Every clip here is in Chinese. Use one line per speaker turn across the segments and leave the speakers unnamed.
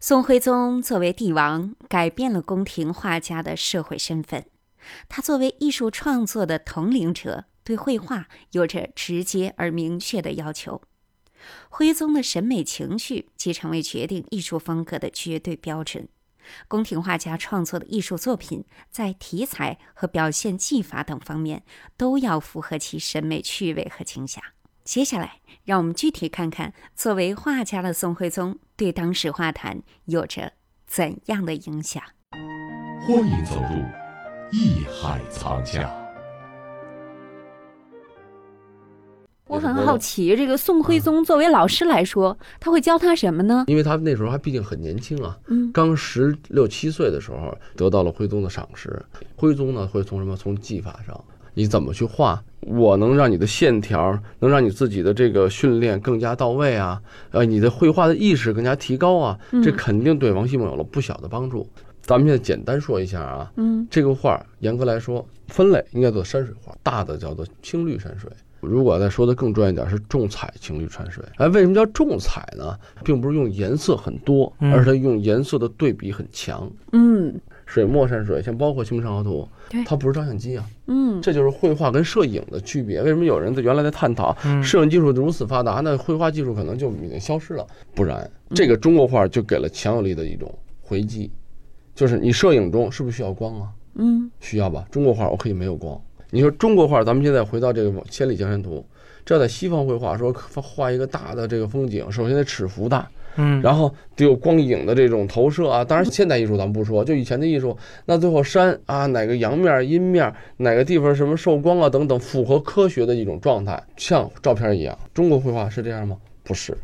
宋徽宗作为帝王，改变了宫廷画家的社会身份。他作为艺术创作的统领者，对绘画有着直接而明确的要求。徽宗的审美情绪即成为决定艺术风格的绝对标准。宫廷画家创作的艺术作品，在题材和表现技法等方面都要符合其审美趣味和倾向。接下来，让我们具体看看作为画家的宋徽宗对当时画坛有着怎样的影响。
欢迎走入艺海藏家。
我很好奇，这个宋徽宗作为老师来说，他会教他什么呢？
因为他那时候还毕竟很年轻啊，
嗯
刚十六七岁的时候得到了徽宗的赏识。徽宗呢会从什么？从技法上，你怎么去画？我能让你的线条，能让你自己的这个训练更加到位啊，呃，你的绘画的意识更加提高啊，
嗯
这肯定对王希孟有了不小的帮助。咱们现在简单说一下啊，
嗯
这个画儿严格来说分类应该做山水画，大的叫做青绿山水。如果再说的更专业点，是重彩青绿山水。哎，为什么叫重彩呢？并不是用颜色很多，
嗯
而是它用颜色的对比很强。
嗯
水墨山水，像包括清明上河图
对，
它不是照相机啊，
嗯，
这就是绘画跟摄影的区别。为什么有人在原来在探讨
嗯
摄影技术如此发达，那绘画技术可能就已经消失了？不然，
嗯
这个中国画就给了强有力的一种回击，就是你摄影中是不是需要光啊？
嗯
需要吧？中国画我可以没有光。你说中国画，咱们现在回到这个《千里江山图》，这要在西方绘画说画一个大的这个风景，首先得尺幅大，
嗯，
然后得有光影的这种投射啊。当然，现代艺术咱们不说，就以前的艺术，那最后山啊，哪个阳面儿、阴面儿，哪个地方什么受光啊等等，符合科学的一种状态，像照片一样。中国绘画是这样吗？不是，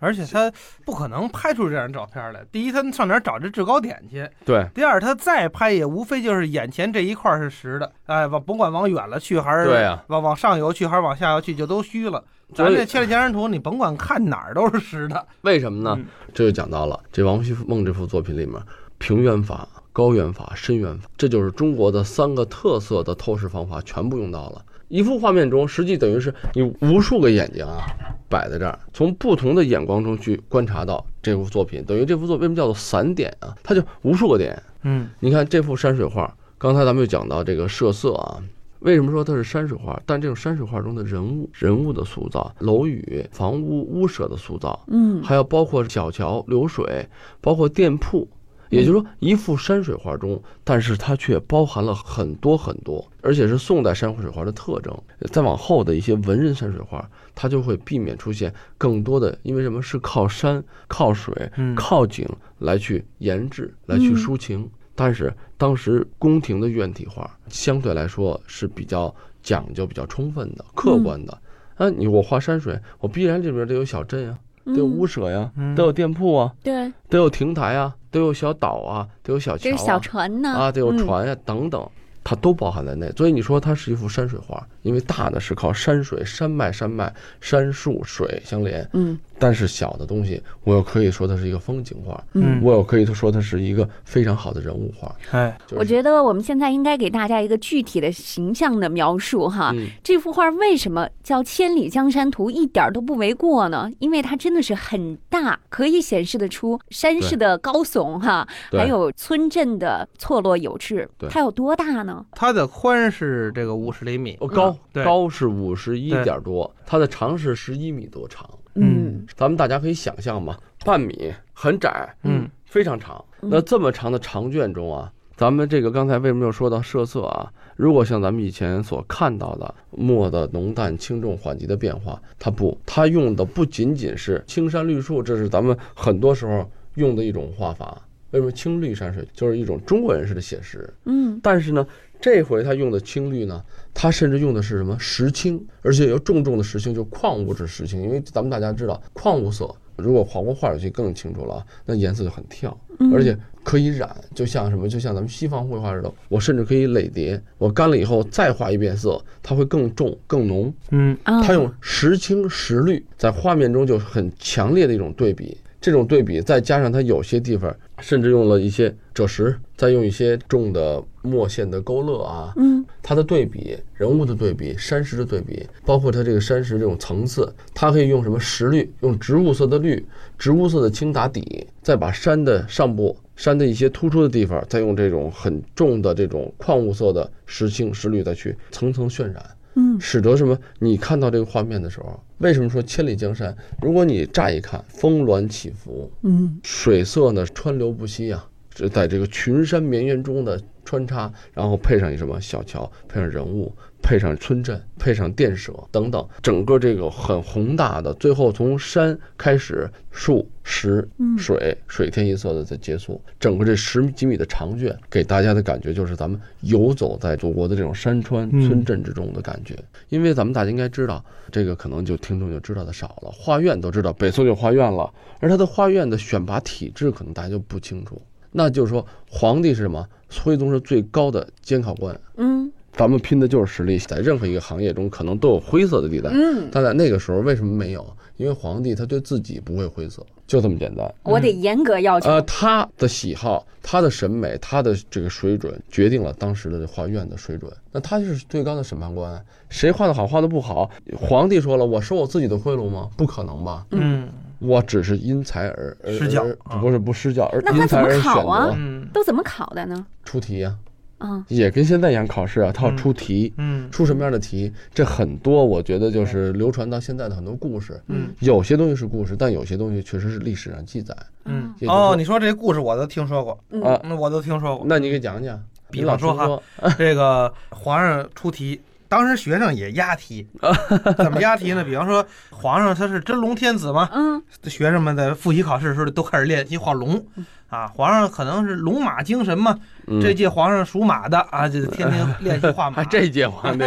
而且他不可能拍出这张照片来。第一，他上哪儿找这制高点去？
对，
第二，他再拍也无非就是眼前这一块儿是实的，哎，往甭管往远了去还是
对啊
往往上游去还是往下游去，就都虚了。咱
所以
这《千里江山图》，你甭管看哪儿都是实的。
为什么呢？
嗯
这就讲到了这王希孟这幅作品里面，平原法、高原法、深原法，这就是中国的三个特色的透视方法全部用到了。一幅画面中，实际等于是你无数个眼睛啊摆在这儿，从不同的眼光中去观察到这幅作品。等于这幅作品为什么叫做散点啊？它就无数个点。
嗯
你看这幅山水画，刚才咱们就讲到这个设色啊。为什么说它是山水画？但这种山水画中的人物、人物的塑造、楼宇、房屋、屋舍的塑造，
嗯
还有包括小桥流水，包括店铺，也就是说，一幅山水画中，但是它却包含了很多很多，而且是宋代山水画的特征。再往后的一些文人山水画，它就会避免出现更多的，因为什么是靠山、靠水、
嗯
靠景来去研制、来去抒情。但是当时宫廷的院体画相对来说是比较讲究、比较充分的、客观的。啊，你我画山水，我必然里边得有小镇啊呀、
嗯
得有屋舍呀，
嗯
得有店铺啊，
对，
得有亭台啊，得有小岛啊，得有小桥
这
啊，
是小船呢
啊，得有
嗯
船呀、等等，它都包含在内。所以你说它是一幅山水画，因为大的是靠山水、山脉、山脉、山树、水相连，
嗯
但是小的东西，我又可以说它是一个风景画，
嗯，
我又可以说它是一个非常好的人物画。
哎，
就是、
我觉得我们现在应该给大家一个具体的形象的描述哈。
嗯
这幅画为什么叫《千里江山图》一点儿都不为过呢？因为它真的是很大，可以显示得出山势的高耸哈，
对
还有村镇的错落有致
对。
它有多大呢？
它的宽是这个五十厘米
哦，高、
嗯对
高是五十一
对
点多，它的长是十一米多长。
嗯
嗯
咱们大家可以想象嘛，半米很窄，
嗯，
非常长。
嗯
那这么长的长卷中啊，咱们这个刚才为什么又说到设色啊？如果像咱们以前所看到的墨的浓淡轻重缓急的变化，它不，它用的不仅仅是青山绿树，这是咱们很多时候用的一种画法。为什么青绿山水就是一种中国人式的写实？
嗯
但是呢，这回他用的青绿呢，他甚至用的是什么石青，而且有重重的石青，就矿物质石青。因为咱们大家知道，矿物色如果画过画就更清楚了啊，那颜色就很跳，
嗯
而且可以染，就像什么，就像咱们西方绘画似的，我甚至可以垒叠，我干了以后再画一遍色，它会更重更浓。
嗯
啊，
它用时青时绿，在画面中就很强烈的一种对比。这种对比再加上它有些地方甚至用了一些赭石，再用一些重的墨线的勾勒啊，
嗯
它的对比、人物的对比、山石的对比，包括它这个山石这种层次，它可以用什么石绿，用植物色的绿、植物色的青打底，再把山的上部、山的一些突出的地方，再用这种很重的这种矿物色的石青、石绿再去层层渲染。
嗯，
使得什么？你看到这个画面的时候，为什么说千里江山？如果你乍一看峰峦起伏，
嗯，
水色呢川流不息啊，是在这个群山绵延中的穿插，然后配上一什么小桥，配上人物，配上村镇，配上电舍等等，整个这个很宏大的，最后从山开始，树、石、水，水天一色的在结束，整个这十几米的长卷，给大家的感觉就是咱们游走在祖国的这种山川
嗯
村镇之中的感觉。因为咱们大家应该知道，这个可能就听众就知道的少了，画院都知道，北宋有画院了，而它的画院的选拔体制可能大家就不清楚。那就是说，皇帝是什么？徽宗是最高的监考官，
嗯
咱们拼的就是实力，在任何一个行业中可能都有灰色的地带，
嗯，
但在那个时候为什么没有？因为皇帝他对自己不会灰色，就这么简单。
我得严格要求。
呃，他的喜好、他的审美、他的这个水准，决定了当时的画院的水准。那他就是最高的审判官，啊谁画的好，画的不好，皇帝说了，我收我自己的贿赂吗？不可能吧，
嗯
我只是因材而而
施教
而
啊
不是不施教，而
那他
因材而
怎么
选
考啊
择
嗯
都怎么考的呢？
出题呀、
啊，
也跟现在一样考试啊，他要出题。
嗯
出什么样的题？这很多，我觉得就是流传到现在的很多故事。
嗯，
有些东西是故事，但有些东西确实是历史上记载。
嗯
也就是
哦
说，
你说这故事我都听说过，
嗯
啊
那我都听说过。
那你给讲讲。
比
你老
方说
听
啊哈 这个皇上出题，当时学生也押题， 怎么押题呢？比方说皇上他是真龙天子嘛，
嗯
学生们在复习考试的时候都开始练习画龙啊。皇上可能是龙马精神嘛，
嗯
这届皇上属马的啊，就天天练习画马。
啊， 这届皇帝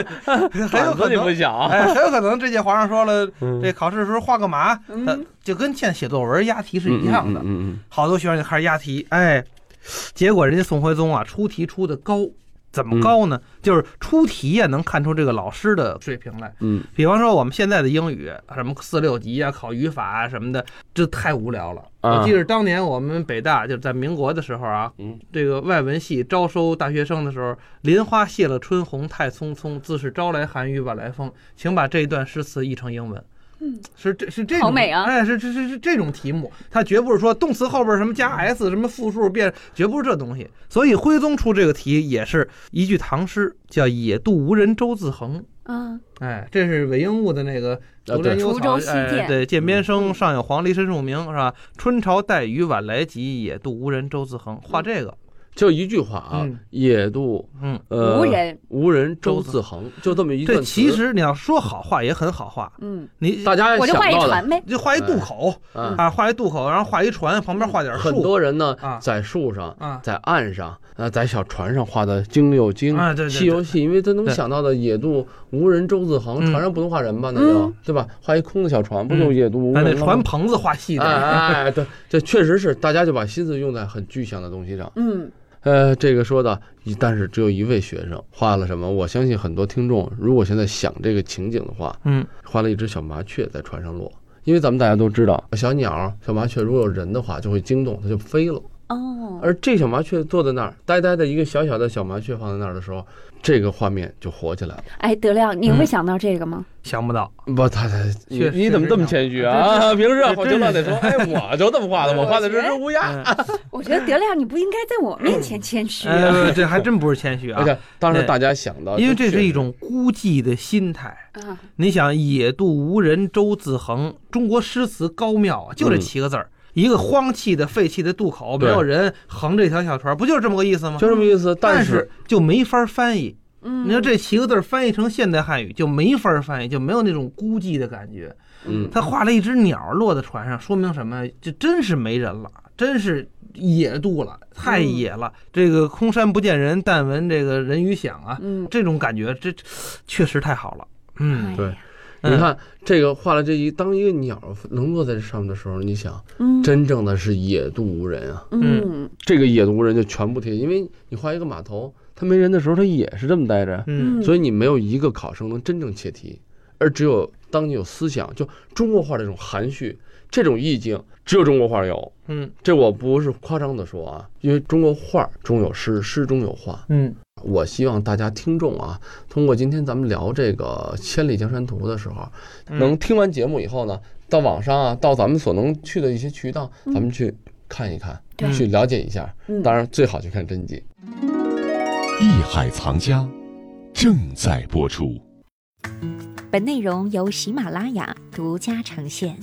很有可
胆子你不
能，
小啊，
哎，很有可能这届皇上说了，
嗯
这考试的时候画个马，他
嗯
就跟现在写作文押题是一样的。
嗯
好多学生就开始押题，哎，结果人家宋徽宗啊出题出的高，怎么高
嗯
呢？就是出题呀、能看出这个老师的水平来。
嗯
比方说我们现在的英语，什么四六级啊，考语法啊什么的，这太无聊了。
啊
我记得当年我们北大就是在民国的时候啊，
嗯
这个外文系招收大学生的时候，“林花谢了春红太匆匆，自是朝来寒雨晚来风”，请把这一段诗词译成英文。
嗯，
是这是这种
好美啊
哎，是是是是这种题目，它绝不是说动词后边什么
嗯
加 s 什么复数变，绝不是这东西。所以徽宗出这个题也是一句唐诗，叫“野渡无人舟自横”。
啊，
哎，这是韦应物的那个
啊
“竹帘
对
幽
滁
草
州西
哎
涧
对，涧边生，
嗯
上有黄鹂深树鸣，是吧？春潮带雨晚来急，野渡无人舟自横。
嗯
画这个，
就一句话啊
嗯，
野渡
嗯，
呃
无人，
无人舟自横，就这么一段
这
词。
其实你要说好画也很好画，
嗯，
你
大家
我就
想
画一
到的
船呗。
就画一渡口
啊，
啊，画一渡口，然后画一船，旁边画点
很
树
多人呢
啊
在树上。
啊，
在岸上，啊，在小船上画的精又精，
啊对对对
戏又戏，因为他能
对
想到的野渡无人舟自横，
嗯
船上不能画人吧？那就对吧？画一空的小船，不就
嗯
野渡无
把那
人了
船
吗？
棚子画细
哎
点，
哎哎，对，这确实是大家就把心思用在很具象的东西上。
嗯，
呃，这个说的，但是只有一位学生画了什么？我相信很多听众，如果现在想这个情景的话，
嗯，
画了一只小麻雀在船上落，因为咱们大家都知道，小鸟、小麻雀如果有人的话，就会惊动，它就飞了。
哦，
而这小麻雀坐在那儿，呆呆的一个小小的小麻雀放在那儿的时候，这个画面就火起来了。
哎，德亮，你会
嗯
想到这个吗？
想不到，
不，他他，你
确
你怎么这么谦虚
确
啊？平时
这
我就乱得 说，哎，我就这么画的，
对
我画的这只
我
乌鸦。
哎
我觉得德亮，你不应该在我面
嗯
前谦虚啊。
呃，这还真不是谦虚啊
而，且当时
对
大家想到，
因为这
就是确
一
实
种孤寂的心态。
啊，
你想“野渡无人舟自横”，中国诗词高妙啊，就这七个字儿，一个荒弃的、废弃的渡口，没
嗯对
有人横这条小船，不就是这么个意思吗？
就这么意思，
但
但是
就没法翻译。
嗯，
你说这七个字儿翻译成现代汉语就没法翻译，就没有那种孤寂的感觉。
嗯
他画了一只鸟落在船上，说明什么？这真是没人了，真是野渡了，太
嗯
野了。这个空山不见人，但闻这个人语响啊，
嗯，
这种感觉，这这确实太好了。嗯，
对
哎呀，
嗯
你看这个画了这一，当一个鸟能落在这上面的时候，你想，
嗯，
真正的是野渡无人啊！
嗯
这个野渡无人就全部贴，因为你画一个码头，它没人的时候，它也是这么待着，
嗯，
所以你没有一个考生能真正切题，而只有当你有思想，就中国画这种含蓄，这种意境只有中国画有。
嗯
这我不是夸张的说啊，因为中国画中有诗，诗中有画。
嗯
我希望大家听众啊，通过今天咱们聊这个《千里江山图》的时候，
嗯
能听完节目以后呢，到网上啊，到咱们所能去的一些渠道，咱们去看一看，
嗯对
去了解一下。
嗯
当然，最好去看真迹。
艺海藏家正在播出。
本内容由喜马拉雅独家呈现。